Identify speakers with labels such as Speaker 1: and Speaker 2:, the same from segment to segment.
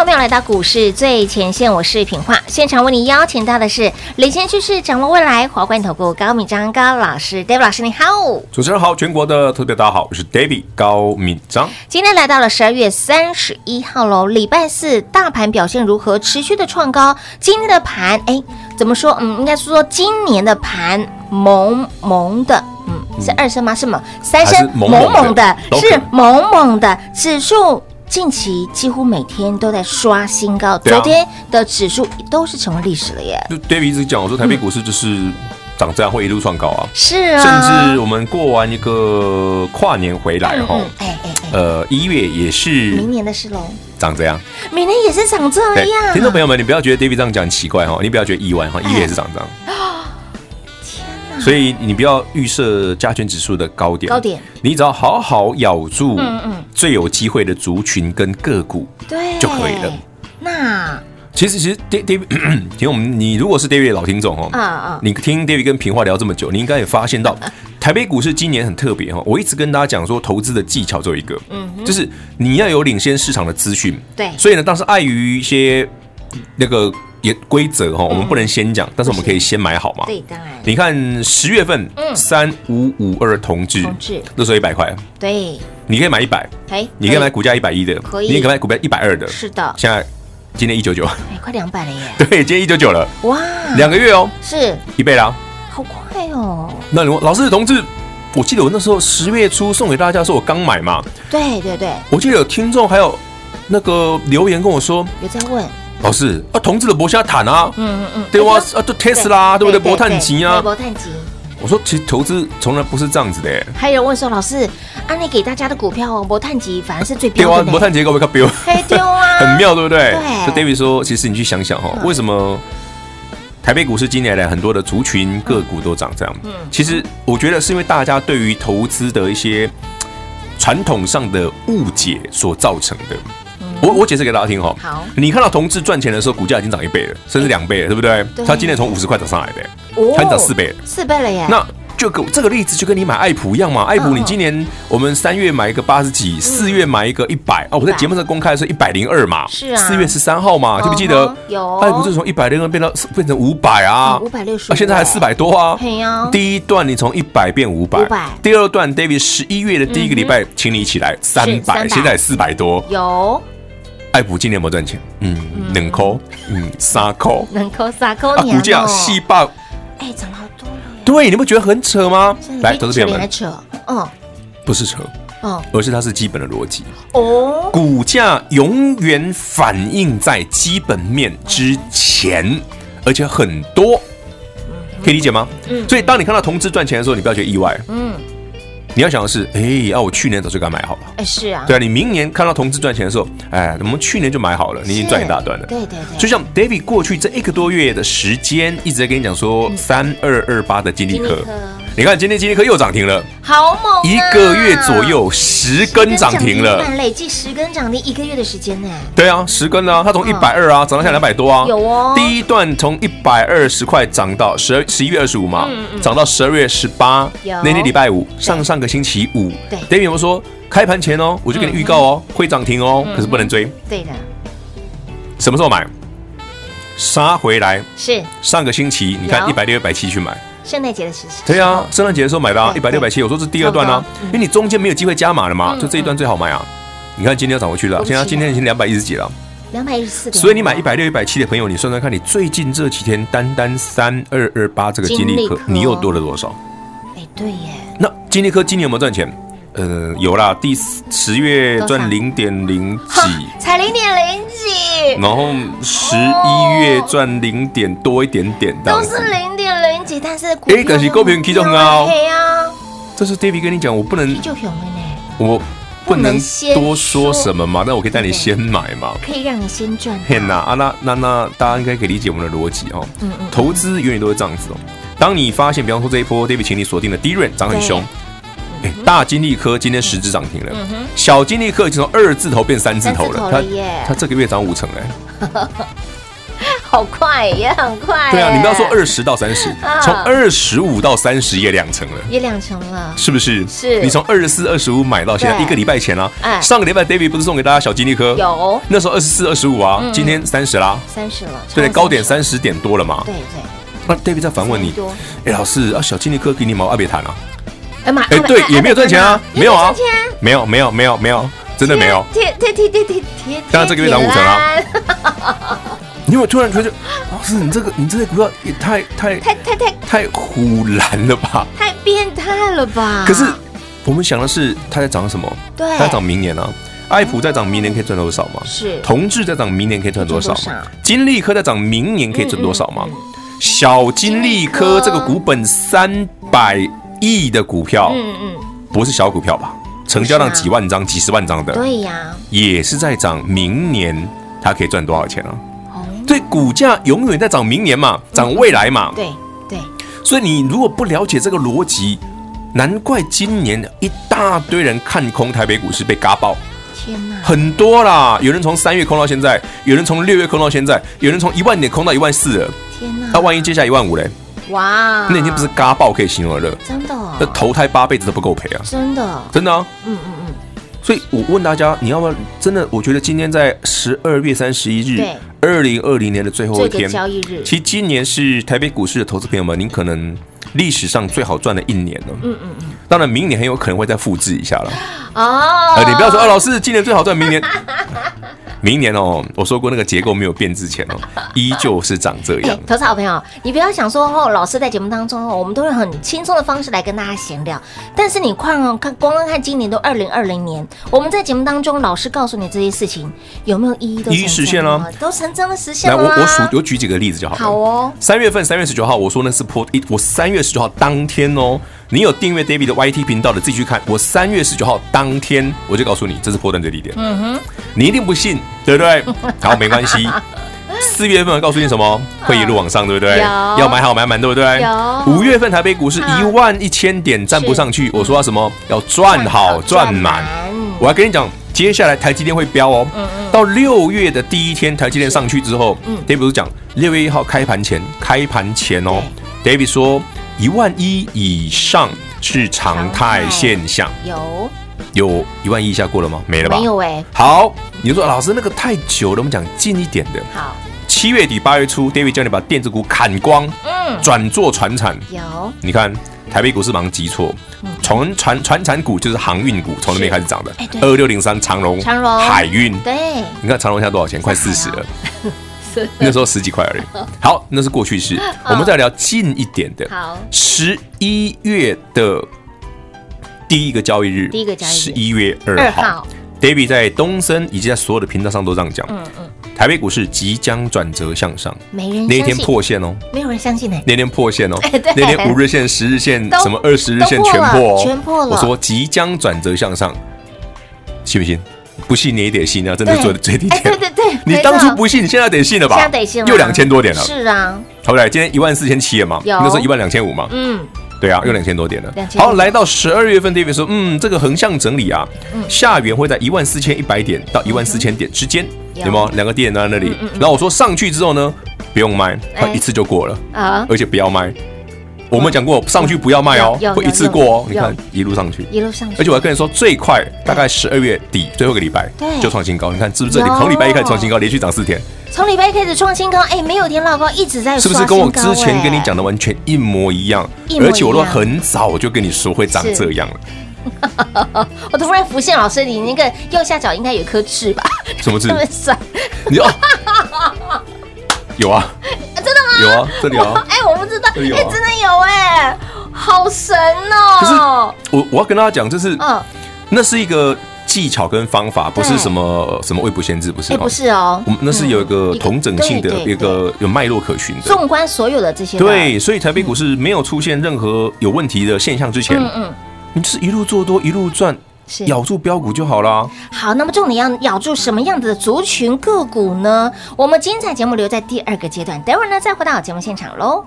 Speaker 1: 朋友来到股市最前线，我是品化，现场为你邀请到的是领先趋势、掌握未来华冠投顾高敏章高老师，David 老师你好，
Speaker 2: 主持人好，全国的特别大家好，我是 David 高敏章。
Speaker 1: 今天来到了十二月三十一号喽，礼拜四大盘表现如何？持续的创高，今天的盘哎怎么说？嗯，应该是说今年的盘萌萌的。嗯，是二声吗？是吗？三声
Speaker 2: 萌萌
Speaker 1: 的，是萌萌的指数。近期几乎每天都在刷新高，啊、昨天的指数都是成为历史了耶。
Speaker 2: 就 David 一直讲，我说台北股市就是涨这样会一路创高啊，
Speaker 1: 是啊，
Speaker 2: 甚至我们过完一个跨年回来后，哎哎、嗯嗯，呃，一月也是
Speaker 1: 明年的事喽。
Speaker 2: 长这样，
Speaker 1: 明年也是长这样。
Speaker 2: 听众朋友们，你不要觉得 David 这样讲奇怪哈，你不要觉得意外哈，一月也是长这样。
Speaker 1: 哎、天哪！
Speaker 2: 所以你不要预设加权指数的高点，
Speaker 3: 高点，
Speaker 2: 你只要好好咬住
Speaker 3: 嗯嗯
Speaker 2: 最有机会的族群跟个股。
Speaker 3: 对，
Speaker 2: 就可以了。
Speaker 3: 那
Speaker 2: 其实，其实 David，David，听我 们，你如果是 David 的老听众哦，
Speaker 3: 啊啊，
Speaker 2: 你听 David 跟平话聊这么久，你应该也发现到，
Speaker 3: 嗯
Speaker 2: 台北股市今年很特别哈。我一直跟大家讲说，投资的技巧只有一个，就是你要有领先市场的资讯。
Speaker 3: 嗯对
Speaker 2: 所以呢，当时碍于一些那个也规则哦哈，我们不能先讲，但是我们可以先买好嘛。
Speaker 3: 嗯对，当然，
Speaker 2: 你看十月份，
Speaker 3: 嗯
Speaker 2: 三五五二同志，
Speaker 3: 同志
Speaker 2: 那时候一百块，
Speaker 3: 对，
Speaker 2: 你可以买一百，
Speaker 3: 哎，
Speaker 2: 你可以买股价一百一的，
Speaker 3: 可以
Speaker 2: 你也可以买股票一百二的，
Speaker 3: 是的，
Speaker 2: 现在今天一九九，
Speaker 3: 哎，快两百了耶，
Speaker 2: 对，今天一九九了，
Speaker 3: 哇，
Speaker 2: 两个月哦，
Speaker 3: 是
Speaker 2: 一倍啦。
Speaker 3: 好快哦，
Speaker 2: 那你问老师同志，我记得我那时候十月初送给大家，说我刚买嘛，
Speaker 3: 对对对，
Speaker 2: 我记得有听众还有那个留言跟我说，
Speaker 3: 有在问，
Speaker 2: 老师啊，同志的博下坦啊，
Speaker 3: 嗯嗯嗯，
Speaker 2: 对哇
Speaker 3: 哎
Speaker 2: 啊，就 Tesla 对不对？博探级啊，
Speaker 3: 博探级。
Speaker 2: 我说其实投资从来不是这样子的欸，
Speaker 3: 还有人问说，老师，安利给大家的股票哦，博探级反而是最
Speaker 2: 对
Speaker 3: 标
Speaker 2: 哇，
Speaker 3: 准的，
Speaker 2: 博探结构会看标，
Speaker 3: 嘿，对啊，
Speaker 2: 很，妙，对不对？
Speaker 3: 对嗯
Speaker 2: 就 David 说，其实你去想想哦，为什么？台北股市今年来很多的族群个股都涨这样，嗯，其实我觉得是因为大家对于投资的一些传统上的误解所造成的。我我解释给大家听哈、
Speaker 3: 嗯好
Speaker 2: 你看到同志赚钱的时候，股价已经涨一倍了，甚至两倍了，对不对？
Speaker 3: 对
Speaker 2: 他今年从五十块涨上来的、
Speaker 3: 哦
Speaker 2: 它已经涨四倍了。
Speaker 3: 四倍了耶，
Speaker 2: 那就跟这个例子就跟你买爱普一样嘛，爱普
Speaker 3: 哎嗯
Speaker 2: 你今年我们三月买一个八十几，四月买一个一百哦，我在节目上公开的时候一百零二嘛，
Speaker 3: 是啊
Speaker 2: 四月十三号嘛，记不记
Speaker 3: 嗯
Speaker 2: 得
Speaker 3: 哼？有嗯
Speaker 2: 爱普就从一百零二变到变成五百啊，
Speaker 3: 五百六十，
Speaker 2: 啊，现在还四，百多啊。
Speaker 3: 嘿嗯呀，
Speaker 2: 第一段你从一百变五百
Speaker 3: 500，
Speaker 2: 第二段 David 十一月的第一个礼
Speaker 3: 嗯
Speaker 2: 拜，请你一起来三百，
Speaker 3: 300
Speaker 2: 现在四百多。
Speaker 3: 有
Speaker 2: 爱普今年有没有赚钱？嗯，两扣，嗯，三扣
Speaker 3: 能扣撒扣
Speaker 2: 啊，
Speaker 3: 年
Speaker 2: 股价
Speaker 3: 哦
Speaker 2: 四百。
Speaker 3: 哎，涨了好多了耶，
Speaker 2: 对，你不觉得很扯吗？
Speaker 3: 真的
Speaker 2: 来，
Speaker 3: 比
Speaker 2: 投资
Speaker 3: 扯
Speaker 2: 朋
Speaker 3: 脸
Speaker 2: 友
Speaker 3: 还
Speaker 2: 们，
Speaker 3: 扯，嗯
Speaker 2: 不是扯，
Speaker 3: 嗯
Speaker 2: 而是它是基本的逻辑。
Speaker 3: 哦，
Speaker 2: 股价永远反映在基本面之前，而且很多，可以理解吗？
Speaker 3: 嗯
Speaker 2: 所以当你看到同志赚钱的时候，你不要觉得意外，
Speaker 3: 嗯，
Speaker 2: 你要想的是，哎、啊，我去年早就该买好了。
Speaker 3: 哎是啊，
Speaker 2: 对啊，你明年看到同志赚钱的时候，哎，我们去年就买好了，你已经赚一大段了。
Speaker 3: 对对对，
Speaker 2: 就像 David 过去这一个多月的时间，一直在跟你讲说三二二八的嗯金利科，你看今天金利科又涨停了，
Speaker 3: 好猛啊，
Speaker 2: 一个月左右十根涨停了。
Speaker 3: 累计十根涨停一个月的时间呢，
Speaker 2: 对啊，十根啊，它从一百二啊涨到现在两百多啊。
Speaker 3: 嗯有哦
Speaker 2: 第一段从一百二十块涨到十二十一月二十五嘛，涨到十二月十八，
Speaker 3: 嗯有
Speaker 2: 那天礼拜五，上上个星期五。
Speaker 3: 对嗯
Speaker 2: ，David 有没有说开盘前哦，我就跟你预告哦，会涨停哦，可是不能追。
Speaker 3: 对的，
Speaker 2: 什么时候买？杀回来，
Speaker 3: 是
Speaker 2: 上个星期你看
Speaker 3: 有
Speaker 2: 一百六、一百七去买，
Speaker 3: 圣诞节的事情，
Speaker 2: 对啊，圣诞节的时候买的啊，一百
Speaker 3: 哦对嗯
Speaker 2: 六、一百七，我说是第二段啊
Speaker 3: 差，
Speaker 2: 因为你中间没有机会加码了嘛，就这一段最好买啊。你看今天又涨回去了，
Speaker 3: 恭喜
Speaker 2: 现在今天已经两百一十几了，
Speaker 3: 两百一十四点，
Speaker 2: 所以你买一百六、一百七的朋友，你算算看，你最近这几天单单三二二八这个金
Speaker 3: 金
Speaker 2: 利
Speaker 3: 利
Speaker 2: 科
Speaker 3: 科，
Speaker 2: 你又多了多少？
Speaker 3: 哎，对耶，
Speaker 2: 那金利科今年有没有赚钱？呃，有啦，第四十月
Speaker 3: 多少
Speaker 2: 赚零点零
Speaker 3: 哈
Speaker 2: 几，
Speaker 3: 才零点零几，
Speaker 2: 然后十一月赚零点多一点点，这样
Speaker 3: 都
Speaker 2: 子
Speaker 3: 是零点零几，但是股
Speaker 2: 哎但是股票起就很高
Speaker 3: 对啊，
Speaker 2: 这是 David 跟你讲，我不能，
Speaker 3: 就熊了呢，
Speaker 2: 我不
Speaker 3: 不
Speaker 2: 能
Speaker 3: 能先
Speaker 2: 多
Speaker 3: 说
Speaker 2: 说什么嘛，但我可以带你
Speaker 3: 对
Speaker 2: 先买嘛。
Speaker 3: 可以让你先赚到，
Speaker 2: 天呐，啊那那那，大家应该可以理解我们的逻辑哦。
Speaker 3: 嗯嗯
Speaker 2: 投资永远都是这样子哦。当你发现，比方说这一波 David 请你锁定的低润涨很凶，哎，大金利科今天十只涨停了，小金利科已经从二字头变三字头
Speaker 3: 嗯三字头
Speaker 2: 了，
Speaker 3: 了耶
Speaker 2: 它这个月涨五成哎。
Speaker 3: 好快也很快耶，
Speaker 2: 对啊，你不要说二十到三十，
Speaker 3: 哎啊
Speaker 2: 从二十五到三十也两成了。
Speaker 3: 也两成了，
Speaker 2: 是不是？
Speaker 3: 是
Speaker 2: 你从二十四、二十五买到现在
Speaker 3: 对
Speaker 2: 一个礼拜前啊，
Speaker 3: 哎
Speaker 2: 上个礼拜 David 不是送给大家小金利科？
Speaker 3: 有嗯
Speaker 2: 那时候二十四、二十五啊，今天三十啦，
Speaker 3: 三十了，
Speaker 2: 对，
Speaker 3: 超过
Speaker 2: 高点
Speaker 3: 30
Speaker 2: 三十点多了嘛。
Speaker 3: 对对，
Speaker 2: 那 David 在反问你
Speaker 3: 差不多，
Speaker 2: 哎，老师啊，小金利科给你毛阿别谈啊？
Speaker 3: 哎妈，
Speaker 2: 哎，
Speaker 3: 啊
Speaker 2: 对
Speaker 3: 啊，
Speaker 2: 也没有赚钱啊
Speaker 3: 啊，
Speaker 2: 没有
Speaker 3: 也
Speaker 2: 啊
Speaker 3: 没赚钱，
Speaker 2: 没有，没有，没有，没有，真的没有。
Speaker 3: 贴贴贴贴贴贴，
Speaker 2: 当然这个月涨五成啊
Speaker 3: 贴贴啦，
Speaker 2: 你有没有突然觉得，老师你这个你这个股票也太太
Speaker 3: 太太太
Speaker 2: 太虎蓝了吧？
Speaker 3: 太变态了吧？
Speaker 2: 可是我们想的是，它在涨什么？
Speaker 3: 啊对
Speaker 2: 它在涨明年啊。爱普在涨，明年可以赚多少嘛？
Speaker 3: 是
Speaker 2: 同志在涨，明年可以赚多少
Speaker 3: 可以赚
Speaker 2: 嘛
Speaker 3: 多少？嗯
Speaker 2: 金利科在涨，明年可以赚多少嘛？小金利科这个股本三百亿的股票，
Speaker 3: 嗯嗯，
Speaker 2: 不是小股票吧？成交量几万张、几十万张的，
Speaker 3: 对呀，
Speaker 2: 也是在涨，明年它可以赚多少钱啊？
Speaker 3: 哦，
Speaker 2: 对，股价永远在涨，明年嘛，涨未来嘛。
Speaker 3: 嗯对对，
Speaker 2: 所以你如果不了解这个逻辑，难怪今年一大堆人看空台北股市被嘎爆。
Speaker 3: 天哪，
Speaker 2: 很多啦，有人从三月空到现在，有人从六月空到现在，有人从一万点空到一万四了。
Speaker 3: 天哪，
Speaker 2: 那万一接下来一万五嘞？
Speaker 3: 嗯哇，
Speaker 2: 那已经不是嘎爆可以形容的了，
Speaker 3: 真的哦，
Speaker 2: 那投胎八辈子都不够赔啊！
Speaker 3: 真的，
Speaker 2: 真的啊。
Speaker 3: 嗯嗯嗯，
Speaker 2: 所以我问大家，你要不要真的？我觉得今天在十二月三十一日
Speaker 3: 对，
Speaker 2: 二零二零年的最后
Speaker 3: 这
Speaker 2: 一
Speaker 3: 个
Speaker 2: 天，
Speaker 3: 交易日，
Speaker 2: 其实今年是台北股市的投资朋友们，您可能历史上最好赚的一年了。
Speaker 3: 嗯嗯嗯，
Speaker 2: 当然，明年很有可能会再复制一下了。
Speaker 3: 哦，
Speaker 2: 呃，你不要说啊，老师今年最好赚，明年，明年哦，我说过那个结构没有变之前哦，依旧是长这
Speaker 3: 哎
Speaker 2: 样，。
Speaker 3: 投资好朋友，你不要想说哦，老师在节目当中哦，我们都是很轻松的方式来跟大家闲聊。但是你看哦，看光光看今年都二零二零年，我们在节目当中，老师告诉你这些事情有没有一一都
Speaker 2: 一一
Speaker 3: 成
Speaker 2: 实
Speaker 3: 真
Speaker 2: 现
Speaker 3: 了
Speaker 2: 了
Speaker 3: 吗？都成真的实现
Speaker 2: 来，
Speaker 3: 了
Speaker 2: 我
Speaker 3: 吗
Speaker 2: 我数，我举几个例子就好了。
Speaker 3: 好哦，
Speaker 2: 三月份，三月十九号，我说那是破一，我三月十九号当天哦，你有订阅 David 的 YT 频道的，自己去看。我三月十九号当天，我就告诉你，这是破断最低点。嗯哼，你一定不信，对不 对？好，没关系。四月份我告诉你什么？会一路往上，对不对？
Speaker 3: 有
Speaker 2: 要买好买满，对不对？
Speaker 3: 有
Speaker 2: 五月份台北股市一
Speaker 3: 嗯
Speaker 2: 万一千点站不上去，我说要什么？要赚好赚满。我还跟你讲，接下来台积电会飙哦。到六月的第一天，台积电上去之后、d a v i d 讲，六月一号开盘前，开盘前哦，David 说一万一以上是常态现象，
Speaker 3: 有
Speaker 2: 有一万一以下过了吗？没了吧
Speaker 3: 没？有哎？
Speaker 2: 好，你说老师那个太久了，我们讲近一点的。
Speaker 3: 好，
Speaker 2: 七月底八月初，David 叫你把电子股砍光，
Speaker 3: 嗯，
Speaker 2: 转做船产。
Speaker 3: 有
Speaker 2: 你看台北股市忙急错，从船船产股就是航运股，从那边开始涨的
Speaker 3: 嗯哎。对
Speaker 2: 二六零三长荣，
Speaker 3: 长荣
Speaker 2: 海运，
Speaker 3: 对，
Speaker 2: 你看长荣现在多少钱？快四十 了，那时候十几块而已。好，那是过去式。我们再聊近一点的，
Speaker 3: 好，
Speaker 2: 十一月的第一个交易日，
Speaker 3: 第一个交易日
Speaker 2: 十一月
Speaker 3: 二
Speaker 2: 二
Speaker 3: 号
Speaker 2: 号。David 在东森以及在所有的频道上都这样讲，
Speaker 3: 嗯嗯，
Speaker 2: 台北股市即将转折向上，
Speaker 3: 没人
Speaker 2: 那一天
Speaker 3: 相信，
Speaker 2: 破线哦。
Speaker 3: 没有人相信哎，
Speaker 2: 那天破线哦，
Speaker 3: 哎对
Speaker 2: 那天五日线、十日线
Speaker 3: 都、
Speaker 2: 什么二十日线
Speaker 3: 都破
Speaker 2: 全
Speaker 3: 了
Speaker 2: 破哦，
Speaker 3: 全破了
Speaker 2: 我说即将转折向上，信不信？不信你也得信啊，真的
Speaker 3: 对
Speaker 2: 做的最低
Speaker 3: 哎，
Speaker 2: 点
Speaker 3: 对。对对，
Speaker 2: 你
Speaker 3: 没错
Speaker 2: 当初不信，你现在得信了吧？
Speaker 3: 现在得信了，
Speaker 2: 又两千多点了，
Speaker 3: 是啊，
Speaker 2: 好不对？今天一万四千七了嘛，
Speaker 3: 有
Speaker 2: 那时候一万两千五嘛，
Speaker 3: 嗯，
Speaker 2: 对啊，又两千多点了
Speaker 3: 2000。多
Speaker 2: 好，来到十二月份，David 说，嗯，这个横向整理啊，
Speaker 3: 嗯
Speaker 2: 下缘会在一万四千一百点到一万四千点之间，
Speaker 3: 有嗯
Speaker 2: 有没有？两个点在那里。然后我说上去之后呢，不用卖，它
Speaker 3: 哎
Speaker 2: 一次就过了。
Speaker 3: 啊，
Speaker 2: 而且不要卖。我们讲过，上去不要卖哦
Speaker 3: 嗯有有，
Speaker 2: 会一次过哦。
Speaker 3: 有
Speaker 2: 你
Speaker 3: 有
Speaker 2: 看一路上去，
Speaker 3: 一路上去，
Speaker 2: 而且我还跟你说，最快大概十二月底最后一个礼拜
Speaker 3: 对
Speaker 2: 就创新高。你看是不是这
Speaker 3: 有
Speaker 2: 里从礼拜一开始创新高，连续涨四天，
Speaker 3: 从礼拜一开始创新高，哎，没有天老高一直在
Speaker 2: 是
Speaker 3: 刷
Speaker 2: 不
Speaker 3: 呃新
Speaker 2: 是
Speaker 3: 高
Speaker 2: 跟我之前
Speaker 3: 哎
Speaker 2: 跟你讲的完全一模一样
Speaker 3: 一？模一样
Speaker 2: 而且我都很早就跟你说会长这样了，
Speaker 3: 我突然浮现老师，你那个右下角应该有一颗痣吧？
Speaker 2: 什么字
Speaker 3: 那？么 闪，
Speaker 2: 你哦，有啊，
Speaker 3: 真的吗？
Speaker 2: 有啊，这里啊。
Speaker 3: 哎，我不知道，
Speaker 2: 哎有
Speaker 3: 哎，
Speaker 2: 啊
Speaker 3: 真的有哎，好神哦！
Speaker 2: 我我要跟大家讲，就是
Speaker 3: 嗯，
Speaker 2: 那是一个技巧跟方法，不
Speaker 3: 对
Speaker 2: 是什么什么未卜先知，不是
Speaker 3: 哎，
Speaker 2: 哦
Speaker 3: 不是哦
Speaker 2: 我，们那是有一个同整性的
Speaker 3: 嗯一个对，对啊
Speaker 2: 一个有脉络可循的。
Speaker 3: 纵观所有的这些，，
Speaker 2: 对，所以台北股市没有出现任何有问题的现象之前，
Speaker 3: 嗯嗯，
Speaker 2: 你就是一路做多一路赚，
Speaker 3: 是
Speaker 2: 咬住标股就好啦。
Speaker 3: 好，那么重点要咬住什么样的族群个股呢？我们精彩节目留在第二个阶段，等会儿呢再回到节目现场喽。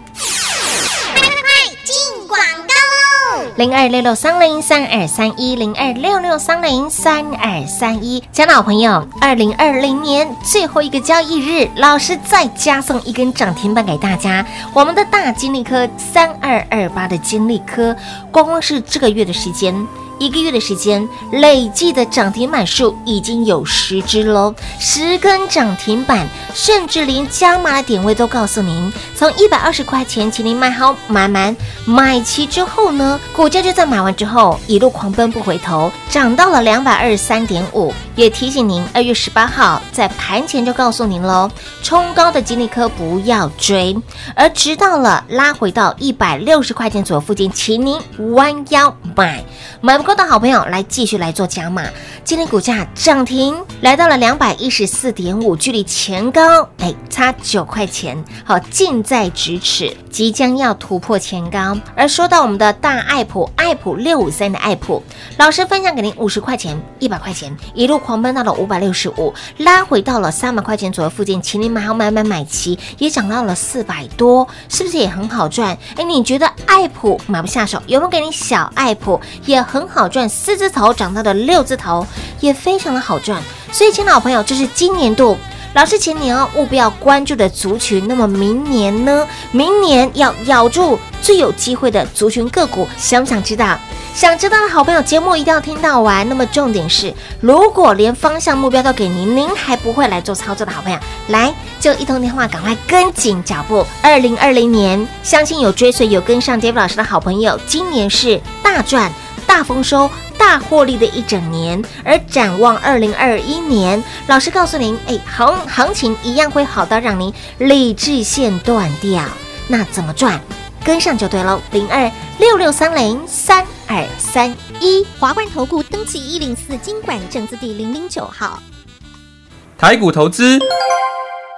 Speaker 3: 零二六六三零三二三一零二六六三零三二三一，家老朋友，二零二零年最后一个交易日，老师再加送一根涨停板给大家。我们的大金利科三二二八的金利科，光光是这个月的时间。一个月的时间，累计的涨停板数已经有十只喽，十根涨停板，甚至连加码的点位都告诉您。从一百二十块钱，请您买好买满，买齐之后呢，股价就在买完之后一路狂奔不回头，涨到了两百二十三点五。也提醒您，二月十八号在盘前就告诉您喽，冲高的吉利科不要追，而直到了拉回到一百六十块钱左右附近，请您弯腰买。买不够的好朋友来继续来做加码。今天股价涨停来到了两百一十四点五，距离前高哎差九块钱，好近在咫尺，即将要突破前高。而说到我们的大爱普，爱普六五三的爱普，老师分享给您五十块钱、一百块钱，一路狂奔到了五百六十五，拉回到了三百块钱左右附近，请你买好买买买齐，也涨到了四百多，是不是也很好赚？哎，你觉得爱普买不下手，有没有给你小爱普也很好赚？四字头涨到了六字头，也非常的好赚。所以，亲爱的朋友，这是今年度。老师，请你要务必要关注的族群。那么明年呢？明年要咬住最有机会的族群个股，想不想知道？想知道的好朋友，节目一定要听到完。那么重点是，如果连方向目标都给您，您还不会来做操作的好朋友，来就一通电话，赶快跟紧脚步。二零二零年，相信有追随、有跟上 David 老师的好朋友，今年是大赚、大丰收、大获利的一整年。而展望二零二一年，老师告诉您，哎，行行情一样会好到让您理智线断掉。那怎么赚？跟上就对喽，零二六六三零三二三一。
Speaker 4: 华冠投顾登记一零四经管证字第零零九号，
Speaker 5: 台股投资，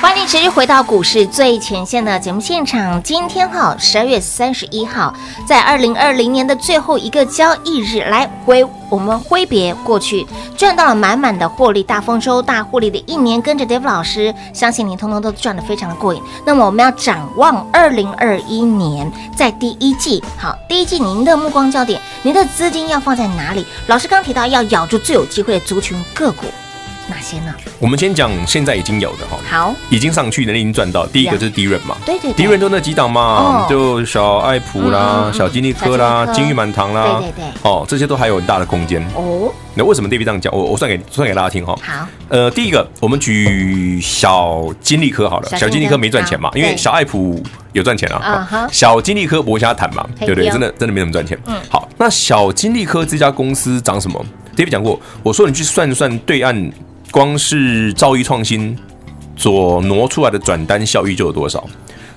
Speaker 3: 欢迎持续回到股市最前线的节目现场。今天哈，十二月三十一号，在二零二零年的最后一个交易日，来挥我们挥别过去，赚到了满满的获利大丰收、大获利的一年。跟着 Dave 老师，相信您通通都赚得非常的过瘾。那么我们要展望二零二一年，在第一季，好，第一季您的目光焦点，您的资金要放在哪里？老师刚提到要咬住最有机会的族群个股，哪些呢？
Speaker 2: 我们先讲现在已经有的哈，
Speaker 3: 好，
Speaker 2: 已经上去的，你已经赚到。第一个就是低润嘛，
Speaker 3: 对对对
Speaker 2: 低润就那几档嘛
Speaker 3: 哦，
Speaker 2: 就小爱普
Speaker 3: 嗯嗯
Speaker 2: 啦
Speaker 3: 嗯、
Speaker 2: 小金利科啦
Speaker 3: 小金利科、
Speaker 2: 金玉满堂啦，
Speaker 3: 对对对
Speaker 2: 哦，这些都还有很大的空间。
Speaker 3: 哦，
Speaker 2: 那为什么 David 这样讲？我我算给算给大家听哈。
Speaker 3: 好，
Speaker 2: 呃，第一个，我们举小金利科好了，
Speaker 3: 小金利科
Speaker 2: 小金利科没赚钱嘛
Speaker 3: 好，
Speaker 2: 因为
Speaker 3: 对
Speaker 2: 小爱普有赚钱
Speaker 3: 啊
Speaker 2: 啊
Speaker 3: 哈。
Speaker 2: 小金利科博瞎谈嘛，
Speaker 3: 嘿
Speaker 2: 对不对？
Speaker 3: 对哦
Speaker 2: 真的真的没怎么赚钱。好，那小金利科这家公司涨什么？David 讲过，我说你去算算对岸光是兆易创新所挪出来的转单效益就有多少，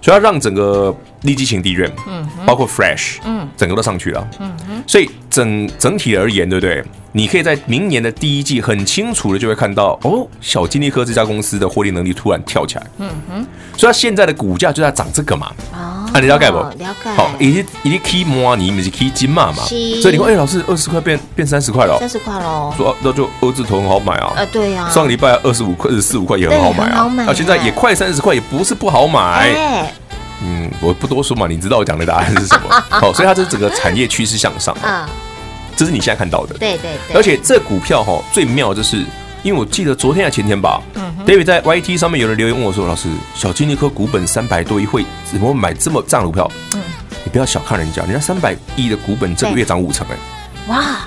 Speaker 2: 所以要让整个立基型地院，嗯，包括 Fresh，嗯，整个都上去了，嗯，所以整整体而言，对不对？你可以在明年的第一季很清楚的就会看到，哦，小金利科这家公司的获利能力突然跳起来，嗯哼，所以它现在的股价就在涨这个嘛，
Speaker 3: 哦，
Speaker 2: 啊，你了解不？
Speaker 3: 了解。
Speaker 2: 好，一是一是 key 摩尼，你是 key 金嘛嘛，
Speaker 3: 是
Speaker 2: 所以你说，哎，老师二十块变变三十块了哦
Speaker 3: 三，十块喽。
Speaker 2: 说啊那就二字头很好买啊，
Speaker 3: 呃，对呀、啊，
Speaker 2: 上个礼拜二十五块、二呃十四五块也很好
Speaker 3: 对
Speaker 2: 买
Speaker 3: 很好买
Speaker 2: 啊，啊，现在也快三十块，也不是不好买。
Speaker 3: 哎，
Speaker 2: 嗯，我不多说嘛，你知道我讲的答案是什 么？好，所以它这整个产业趋势向上，
Speaker 3: 啊，
Speaker 2: 这是你现在看到的。
Speaker 3: 对对对，
Speaker 2: 而且这股票哈最妙就是，因为我记得昨天还前天吧，David
Speaker 3: 嗯
Speaker 2: 在 YT 上面有人留言问我说：“老师，小金利科股本三百多亿会怎么买这么这样的股票？”
Speaker 3: 嗯
Speaker 2: 你不要小看人家，人家三百亿的股本这个月涨五成，哎，
Speaker 3: 嗯哇，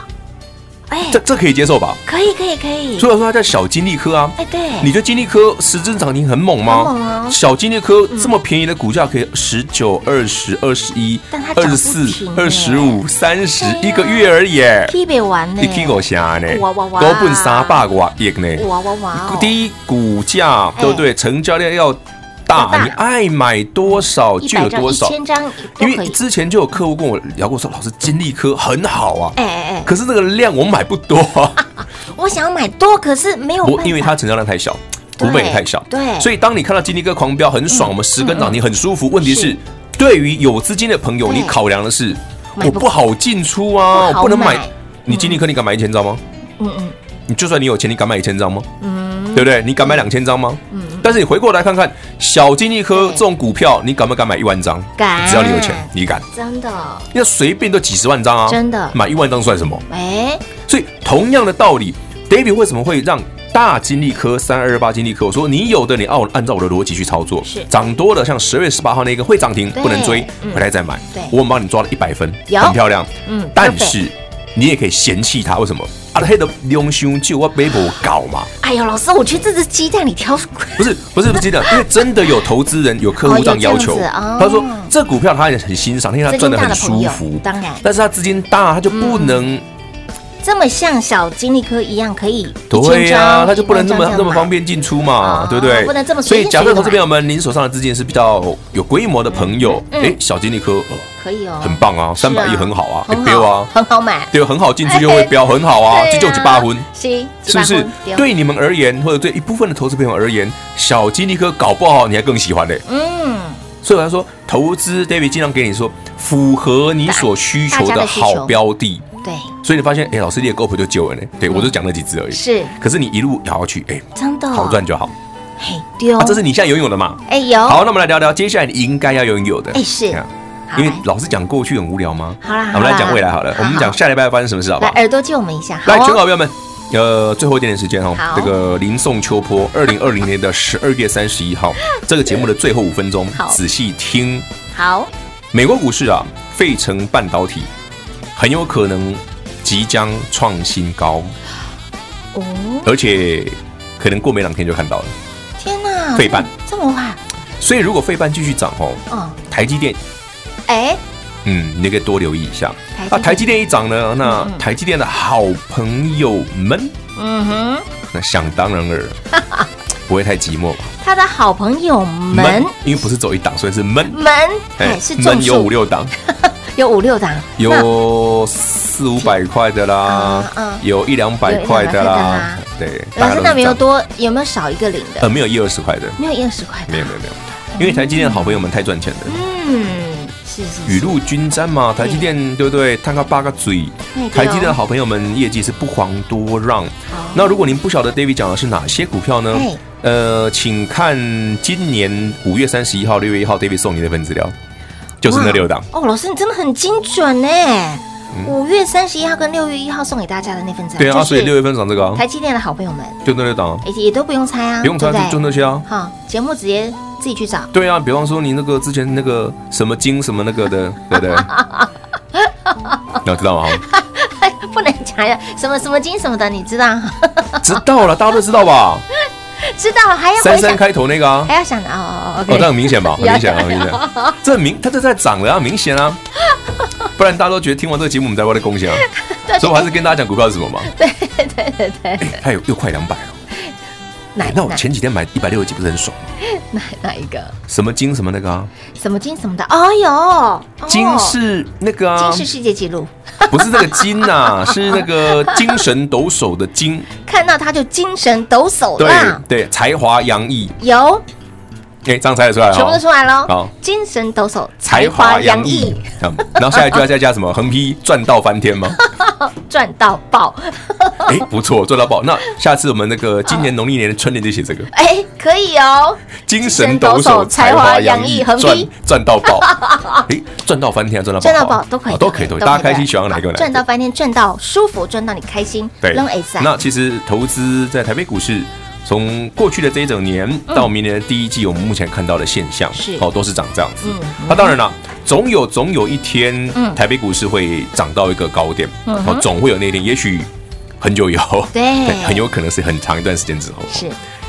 Speaker 3: 哎
Speaker 2: 这，这可以接受吧？
Speaker 3: 可以可以可以，
Speaker 2: 所以说它叫小金利科啊。
Speaker 3: 哎对，
Speaker 2: 你觉得金利科十只涨停很猛吗？
Speaker 3: 很猛啊
Speaker 2: 小金利科这么便宜的股价可以十九、二十、二十一
Speaker 3: 但它、涨不
Speaker 2: 二十四
Speaker 3: 停、欸
Speaker 2: 二十五、三十
Speaker 3: 对啊
Speaker 2: 一个月而已。欸
Speaker 3: K 北完呢，
Speaker 2: 你听我瞎呢，
Speaker 3: 哇哇哇
Speaker 2: 高奔三百多亿呢。
Speaker 3: 哇哇哇哦，
Speaker 2: 第一股价
Speaker 3: 哎
Speaker 2: 对不对？成交量要
Speaker 3: 要
Speaker 2: 大，
Speaker 3: 大
Speaker 2: 你爱买多少
Speaker 3: 一
Speaker 2: 就
Speaker 3: 百
Speaker 2: 有
Speaker 3: 张、
Speaker 2: 多
Speaker 3: 一
Speaker 2: 少。
Speaker 3: 千张都
Speaker 2: 因
Speaker 3: 可
Speaker 2: 为
Speaker 3: 以，
Speaker 2: 之前就有客户跟我聊过说，老师金利科很好啊，
Speaker 3: 哎哎哎，
Speaker 2: 可是那个量我买不多啊。
Speaker 3: 我想要买多，可是没有办
Speaker 2: 我
Speaker 3: 法，
Speaker 2: 因为它成交量太小，
Speaker 3: 对
Speaker 2: 股本也太小，
Speaker 3: 对
Speaker 2: 所以当你看到金立哥狂飙很
Speaker 3: 嗯
Speaker 2: 爽，我们十根涨停很舒服。问题是，对于有资金的朋友，
Speaker 3: 对
Speaker 2: 你考量的是
Speaker 3: 买
Speaker 2: 我
Speaker 3: 不
Speaker 2: 不好进出
Speaker 3: 不
Speaker 2: 啊，我
Speaker 3: 好
Speaker 2: 不能买
Speaker 3: 买。
Speaker 2: 你金立科你敢买一千张吗？
Speaker 3: 嗯嗯
Speaker 2: 你就算你有钱，你敢买一千张吗？
Speaker 3: 嗯，
Speaker 2: 对不对？你敢买两千张吗？但是你回过来看看，小金立科
Speaker 3: 对
Speaker 2: 这种股票，你敢不敢买一万张？
Speaker 3: 敢
Speaker 2: 只要你有钱，你敢。
Speaker 3: 真的，
Speaker 2: 要随便都几十万张啊！
Speaker 3: 真的
Speaker 2: 买一万张算什么？
Speaker 3: 哎，
Speaker 2: 所以同样的道理，David 为什么会让大金利科三二八金利科，我说你有的你按按照我的逻辑去操作，
Speaker 3: 是
Speaker 2: 涨多了，像十月十八号那个会涨停，
Speaker 3: 对
Speaker 2: 不能追，
Speaker 3: 嗯
Speaker 2: 回来再买。
Speaker 3: 对
Speaker 2: 我们帮你抓了一百分，
Speaker 3: 有
Speaker 2: 很漂亮。
Speaker 3: 嗯
Speaker 2: 但是你也可以嫌弃它，为什么？啊，黑的用胸就我没不搞嘛，
Speaker 3: 哎呦，老师，我觉得这只鸡蛋里挑什么？
Speaker 2: 不是不是不是的，因为真的有投资人有客户这样要求，
Speaker 3: 哦有这样子哦
Speaker 2: 他说这股票他也很欣赏，因为他赚得很舒
Speaker 3: 资金大的朋
Speaker 2: 服
Speaker 3: 友，嗯当然
Speaker 2: 但是他资金大，他就不能、
Speaker 3: 这么像小金利科一样可以一千
Speaker 2: 对呀、
Speaker 3: 张，
Speaker 2: 他就不能
Speaker 3: 一万张
Speaker 2: 那么
Speaker 3: 样
Speaker 2: 那么
Speaker 3: 买
Speaker 2: 方。便进出嘛，
Speaker 3: 哦
Speaker 2: 对不对？
Speaker 3: 不能这么
Speaker 2: 所
Speaker 3: 随
Speaker 2: 以，
Speaker 3: 便
Speaker 2: 假设
Speaker 3: 随便
Speaker 2: 投资朋友们，您手上的资金是比较有规模的朋友，
Speaker 3: 嗯
Speaker 2: 哎，小金利科哦
Speaker 3: 可以哦，
Speaker 2: 很棒啊，
Speaker 3: 是啊，
Speaker 2: 三百亿很好啊，
Speaker 3: 很
Speaker 2: 标
Speaker 3: 好哎
Speaker 2: 啊，
Speaker 3: 很好买，
Speaker 2: 对，很好进出又会标，很好啊，这就几八分。
Speaker 3: 是
Speaker 2: 是不是？
Speaker 3: 对，啊
Speaker 2: 对你们而言，或者对一部分的投资朋友而言，小金利科搞不好你还更喜欢嘞、
Speaker 3: 嗯，
Speaker 2: 所以我才说，投资 David 经常给你说符合你所需求
Speaker 3: 大家
Speaker 2: 的
Speaker 3: 的需求
Speaker 2: 好标的，
Speaker 3: 对，
Speaker 2: 所以你发现，哎，老师你的 GoPro 就救了呢。对
Speaker 3: 嗯
Speaker 2: 我就讲了几只而已，
Speaker 3: 是
Speaker 2: 可是你一路咬下去，哎，
Speaker 3: 真的
Speaker 2: 好赚，就好。
Speaker 3: 嘿丢
Speaker 2: 啊，，这是你现在拥有的嘛？
Speaker 3: 哎有，
Speaker 2: 好，那我们来聊聊接下来你应该要拥有的。
Speaker 3: 哎是
Speaker 2: 啊
Speaker 3: 好，
Speaker 2: 因为
Speaker 3: 来
Speaker 2: 老师讲过去很无聊吗？
Speaker 3: 好啦
Speaker 2: 啊我们来讲未来
Speaker 3: 好
Speaker 2: 好
Speaker 3: 啦
Speaker 2: 了。
Speaker 3: 好
Speaker 2: 我们讲下礼拜发生什么事好不
Speaker 3: 来
Speaker 2: 好？
Speaker 3: 耳朵借我们一下，好
Speaker 2: 来，全国好
Speaker 3: 哦，
Speaker 2: 朋友们，呃，最后一点点时间哦
Speaker 3: 好，
Speaker 2: 这个林送秋 波，二零二零年的十二月三十一号，这个节目的最后五分钟
Speaker 3: 好，
Speaker 2: 仔细听。
Speaker 3: 好，
Speaker 2: 美国股市啊，费城半导体很有可能即将创新 高，
Speaker 3: 哦，
Speaker 2: 而且可能过没两天就看到了。
Speaker 3: 天哪，
Speaker 2: 费半
Speaker 3: 这么快，
Speaker 2: 所以如果费半继续涨哦，
Speaker 3: 哦，
Speaker 2: 台积电
Speaker 3: 哎，
Speaker 2: 嗯，你可以多留意一下。
Speaker 3: 台积
Speaker 2: 啊，
Speaker 3: 电
Speaker 2: 台积电一涨呢，那台积电的好朋友们，
Speaker 3: 嗯哼，
Speaker 2: 那想当然 尔，不会太寂寞吧？
Speaker 3: 他的好朋友们
Speaker 2: 因为不是走一档，所以是闷。
Speaker 3: 门，哎，是种
Speaker 2: 闷有五
Speaker 3: 树，
Speaker 2: 六 档，
Speaker 3: 有五六档，那
Speaker 2: 有四五百块的啦
Speaker 3: 嗯嗯，
Speaker 2: 有一两百块的啦，对，大
Speaker 3: 老师那
Speaker 2: 家都是
Speaker 3: 呃没
Speaker 2: 这
Speaker 3: 有
Speaker 2: 样。
Speaker 3: 多，有没有少一个零
Speaker 2: 呃，
Speaker 3: 的？
Speaker 2: 没有一二十块的，
Speaker 3: 没有一二十块的，
Speaker 2: 没有没有没有，因为台积电的好朋友们太赚钱了。
Speaker 3: 嗯，是是
Speaker 2: 雨
Speaker 3: 是，
Speaker 2: 露均沾嘛，台积电对不对？探个八个嘴
Speaker 3: 对，哦
Speaker 2: 台积电的好朋友们业绩是不遑多让。那如果您不晓得 David 讲的是哪些股票呢
Speaker 3: 嘿？
Speaker 2: 呃，请看今年五月三十一号、六月一号 David 送你那份资料，就是那六档。
Speaker 3: 哇哦，老师你真的很精准呢。五月三十一号跟六月一号送给大家的那份资料，
Speaker 2: 对
Speaker 3: 就
Speaker 2: 啊，
Speaker 3: 是
Speaker 2: 所以六月份涨这个啊，
Speaker 3: 台积电的好朋友们，
Speaker 2: 就那六档啊，
Speaker 3: 也也都不用猜啊，
Speaker 2: 不用猜
Speaker 3: 对对
Speaker 2: 就就那些啊。
Speaker 3: 好，节目直接自己去找。
Speaker 2: 对啊，比方说你那个之前那个什么金什么那个的，对 不对？那知道吗？
Speaker 3: 不能讲呀，什么什么金什么的，你知道？
Speaker 2: 知道了，大家都知道吧？
Speaker 3: 知道了，还要
Speaker 2: 三
Speaker 3: 哎回
Speaker 2: 三
Speaker 3: 想，
Speaker 2: 开头那个啊。
Speaker 3: 还要想的哦哦哦
Speaker 2: 哦，这
Speaker 3: ，OK，
Speaker 2: 很明显吧？很明显啊，很明显。这很明，它这在涨了啊，明显啊。不然大家都觉得听完这个节目，我们在外的贡 献啊。所以我还是跟大家讲股票是什么嘛。对对对对。它有又快两百了。
Speaker 3: 哪
Speaker 2: 那我
Speaker 3: 哪
Speaker 2: 前几天买一百六十几，不是很爽吗？
Speaker 3: 哪哪一个？
Speaker 2: 什么金什么那个啊，
Speaker 3: 什么金什么的？哦哟，
Speaker 2: 金
Speaker 3: 哦
Speaker 2: 是那个啊
Speaker 3: 金，是世界纪录，
Speaker 2: 不是那个金呐， 是那个精神抖擞的金。
Speaker 3: 看到他就精神抖擞
Speaker 2: 对
Speaker 3: 啦。
Speaker 2: 对，才华洋溢，
Speaker 3: 有，
Speaker 2: 哎，这样猜得出来
Speaker 3: 全部都
Speaker 2: 哦。
Speaker 3: 出来喽
Speaker 2: 好。
Speaker 3: 精神抖擞，才华洋溢，。
Speaker 2: 嗯然后下一句要再加什么？横批赚到翻天吗？
Speaker 3: 赚到爆！
Speaker 2: 哎，不错，做到爆。那下次我们那个今年农历年的春联就写这 个，
Speaker 3: 哎，可以哦。
Speaker 2: 精神抖擞，才华洋溢，
Speaker 3: 横批
Speaker 2: 赚赚到 爆，哎，赚到翻天，赚到爆，
Speaker 3: 赚到宝都可以，
Speaker 2: 好哦都可以，都可以，大家开心，喜欢哪一个哪一个
Speaker 3: 赚到翻天，赚到舒服，赚到你开心，
Speaker 2: 对
Speaker 3: 扔 A 三。
Speaker 2: 那其实投资在台北股市。从过去的这一整年到明年的第一季，我们目前看到的现象，
Speaker 3: 嗯是
Speaker 2: 哦，都是长这样子
Speaker 3: 嗯。
Speaker 2: 那当然了，总有总有一天
Speaker 3: 嗯，
Speaker 2: 台北股市会涨到一个高点，
Speaker 3: 嗯
Speaker 2: 哦，总会有那一天，也许很久以后，
Speaker 3: 对
Speaker 2: 很有可能是很长一段时间之后。
Speaker 3: 是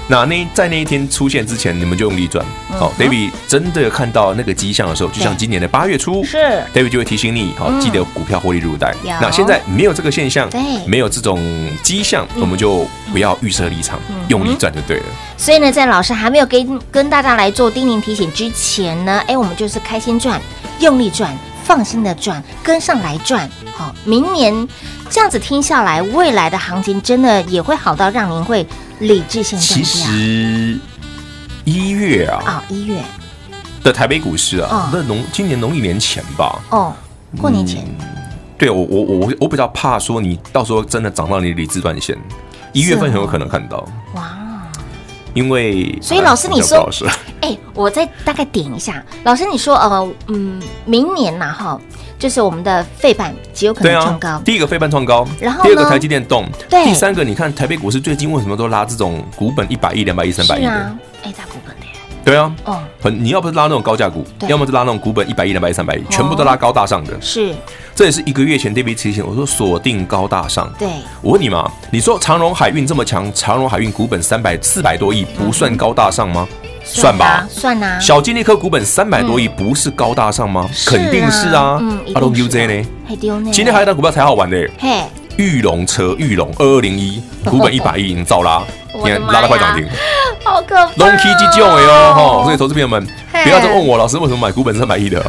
Speaker 2: 那那一在那一天出现之前，你们就用力转。
Speaker 3: 嗯
Speaker 2: 好、d a v i d 真的看到那个迹象的时候，就像今年的八月初，
Speaker 3: 嗯是
Speaker 2: David 就会提醒你，好、
Speaker 3: 嗯
Speaker 2: 记得股票获利入袋
Speaker 3: 有。
Speaker 2: 那现在没有这个现象
Speaker 3: 对，
Speaker 2: 没有这种迹象，我们就不要预设立场，
Speaker 3: 嗯
Speaker 2: 用力转就对了。
Speaker 3: 所以呢，在老师还没有跟跟大家来做叮咛提醒之前呢，哎，我们就是开心赚，用力赚，放心的赚，跟上来赚。好、明年这样子听下来，未来的行情真的也会好到让您会理智性断
Speaker 2: 其
Speaker 3: 掉。
Speaker 2: 实一月啊
Speaker 3: 哦，一月
Speaker 2: 的台北股市啊
Speaker 3: 嗯，
Speaker 2: 那农今年农历年前吧，
Speaker 3: 哦，过年前、
Speaker 2: 嗯对我我我我比较怕说你到时候真的涨到你的理智断线，一月份很有可能看到。
Speaker 3: 哇，
Speaker 2: 因为
Speaker 3: 啊所以老师
Speaker 2: 啊
Speaker 3: 你说
Speaker 2: 不要老师
Speaker 3: 哎，我再大概点一下，老师你说呃嗯，明年呐、哈，就是我们的费板极有可
Speaker 2: 对
Speaker 3: 能创高。
Speaker 2: 啊，第一个非半创高，
Speaker 3: 然后呢
Speaker 2: 第二个台积电动，
Speaker 3: 对
Speaker 2: 第三个你看台北股市最近为什么都拉这种股本一百亿、两百亿、三百亿
Speaker 3: 是
Speaker 2: 的？
Speaker 3: 啊，哎，大股本的耶，
Speaker 2: 对啊，
Speaker 3: 哦，
Speaker 2: 很你要不是拉那种高价股，
Speaker 3: 对哦
Speaker 2: 要么就拉那种股本一百亿、两百亿、三百亿，全部都拉高大上的。
Speaker 3: 是
Speaker 2: 这也是一个月前 David 提醒我说锁定高大上。
Speaker 3: 对，
Speaker 2: 我问你嘛，你说长荣海运这么强，长荣海运股本三百四百多亿，不算高大上吗？算吧
Speaker 3: 啊。算呐、啊，
Speaker 2: 小金那颗股本三百多亿，不是高大上吗？肯定是啊。
Speaker 3: 嗯，一
Speaker 2: 阿龙
Speaker 3: 定是
Speaker 2: UJ 呢？
Speaker 3: 啊，还丢呢，
Speaker 2: 今天还有一档股票才好玩的、
Speaker 3: 嘿，
Speaker 2: 玉龙车，玉龙二二 零一，股本一百亿，你照拉，你
Speaker 3: 我的
Speaker 2: 看
Speaker 3: 妈呀
Speaker 2: 拉到快涨停
Speaker 3: 好可怕、哦，
Speaker 2: ，Long K 基救哎哟吼！所以投资朋友们，
Speaker 3: 嘿哦
Speaker 2: 不要再问我老师为什么买股本三百亿的，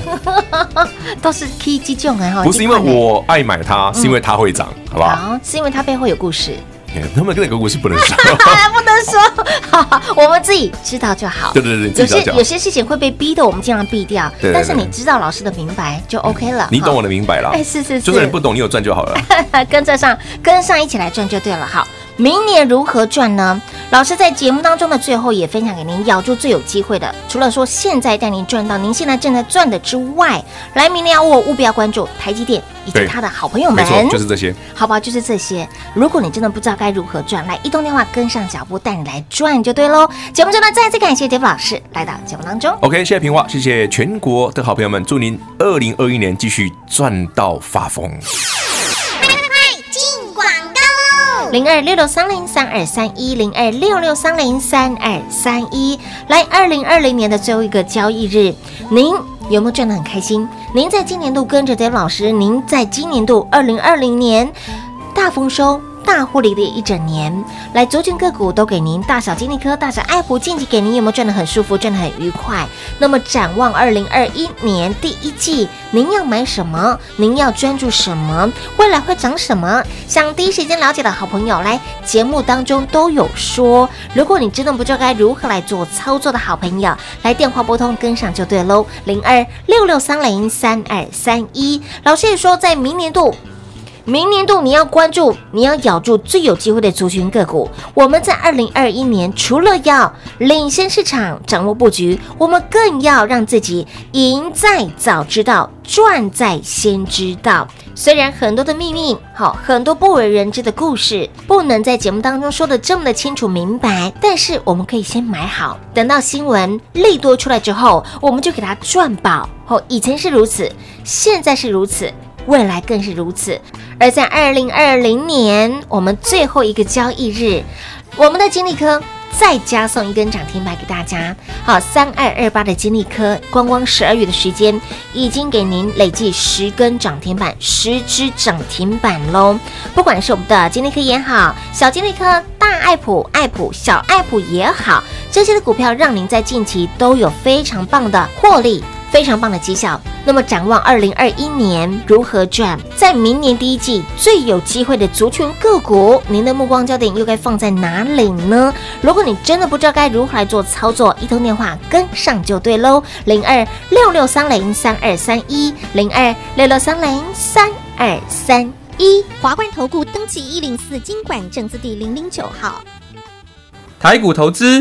Speaker 3: 都是 K 基种哎哈，
Speaker 2: 不是因为
Speaker 3: 一块呢。
Speaker 2: 我啊爱买它，是因为它会涨，好不好？
Speaker 3: 嗯好，是因为它背后有故事，
Speaker 2: 他们跟那个股是 不能涨，
Speaker 3: 不能说，哈哈，我们自己知道就好。
Speaker 2: 对对对，你
Speaker 3: 有
Speaker 2: 自己
Speaker 3: 些
Speaker 2: 要讲
Speaker 3: 有，些事情会被逼的，我们尽量避掉。
Speaker 2: 对对对
Speaker 3: 但是你知道老师的明白就 OK 了。
Speaker 2: 你懂我
Speaker 3: 的。
Speaker 2: 的明白啦
Speaker 3: 哎，。是是是，
Speaker 2: 就算你不懂，你有赚 就好了。
Speaker 3: 呃跟着上，跟上一起来赚就对了。好，明年如何赚呢？老师在节目当中的最后也分享给您，咬住最有机会的，除了说现在带您赚到您现在正在赚的之外，来明年我务必要关注台积电以及
Speaker 2: 对
Speaker 3: 他的好朋友
Speaker 2: 没
Speaker 3: 们，
Speaker 2: 错，就是这些。
Speaker 3: 好不好？就是这些。如果你真的不知道该如何赚，来移动电话跟上脚步，带你来赚就对喽。节目中呢，再次感谢 d a 老师来到节目当中。
Speaker 2: OK，谢谢平话，谢谢全国的好朋友们，祝您二零二一年继续赚到发疯。
Speaker 6: 进广告喽！
Speaker 3: 零二六六三零三二三一零二六六三零三二三一。来，二零二零年的最后一个交易日，您有没有赚得很开心？您在今年度跟着 d a 老师，您在今年度二零二零年大丰收。大获利的一整年，来族群个股都给您，大小金利科、大小爱普、晋级给您，有没有赚得很舒服，赚得很愉快？那么展望二零二一年第一季，您要买什么？您要专注什么？未来会涨什么？想第一时间了解的好朋友，来节目当中都有说。如果你真的不知道该如何来做操作的好朋友，来电话拨通跟上就对喽，零二六六三零三二三一。老师也说，在明年度明年度你要关注，你要咬住最有机会的族群个股。我们在二零二一年，除了要领先市场、掌握布局，我们更要让自己赢在早知道，赚在先知道。虽然很多的秘密，好，很多不为人知的故事，不能在节目当中说的这么的清楚明白，但是我们可以先买好，等到新闻利多出来之后，我们就给它赚饱。哦，以前是如此，现在是如此。未来更是如此。而在二零二零年，我们最后一个交易日，我们的金利科再加送一根涨停板给大家。好，三二二八的金利科，光光十二月的时间，已经给您累计十根涨停板，十只涨停板喽。不管是我们的金利科也好，小金利科、大爱普、爱普、小爱普也好，这些的股票让您在近期都有非常棒的获利。非常棒的绩效。那么展望二零二一年如何赚，在明年第一季最有机会的族群个股，您的目光焦点又该放在哪里呢？如果你真的不知道该如何来做操作，一通电话跟上就对喽，零二六六三零三二三一零二六六三零三二三一。
Speaker 4: 华冠投顾登记一零四经管证字第零零九号。
Speaker 5: 台股投资，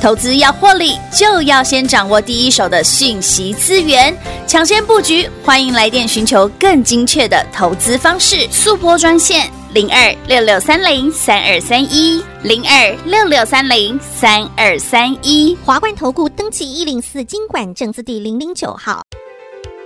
Speaker 7: 投资要获利，就要先掌握第一手的讯息资源，抢先布局。欢迎来电寻求更精确的投资方式，速播专线。零二六六三零三二三一，零二六六三零三二三一。
Speaker 4: 华冠投顾登记一零四经管证字第零零九号。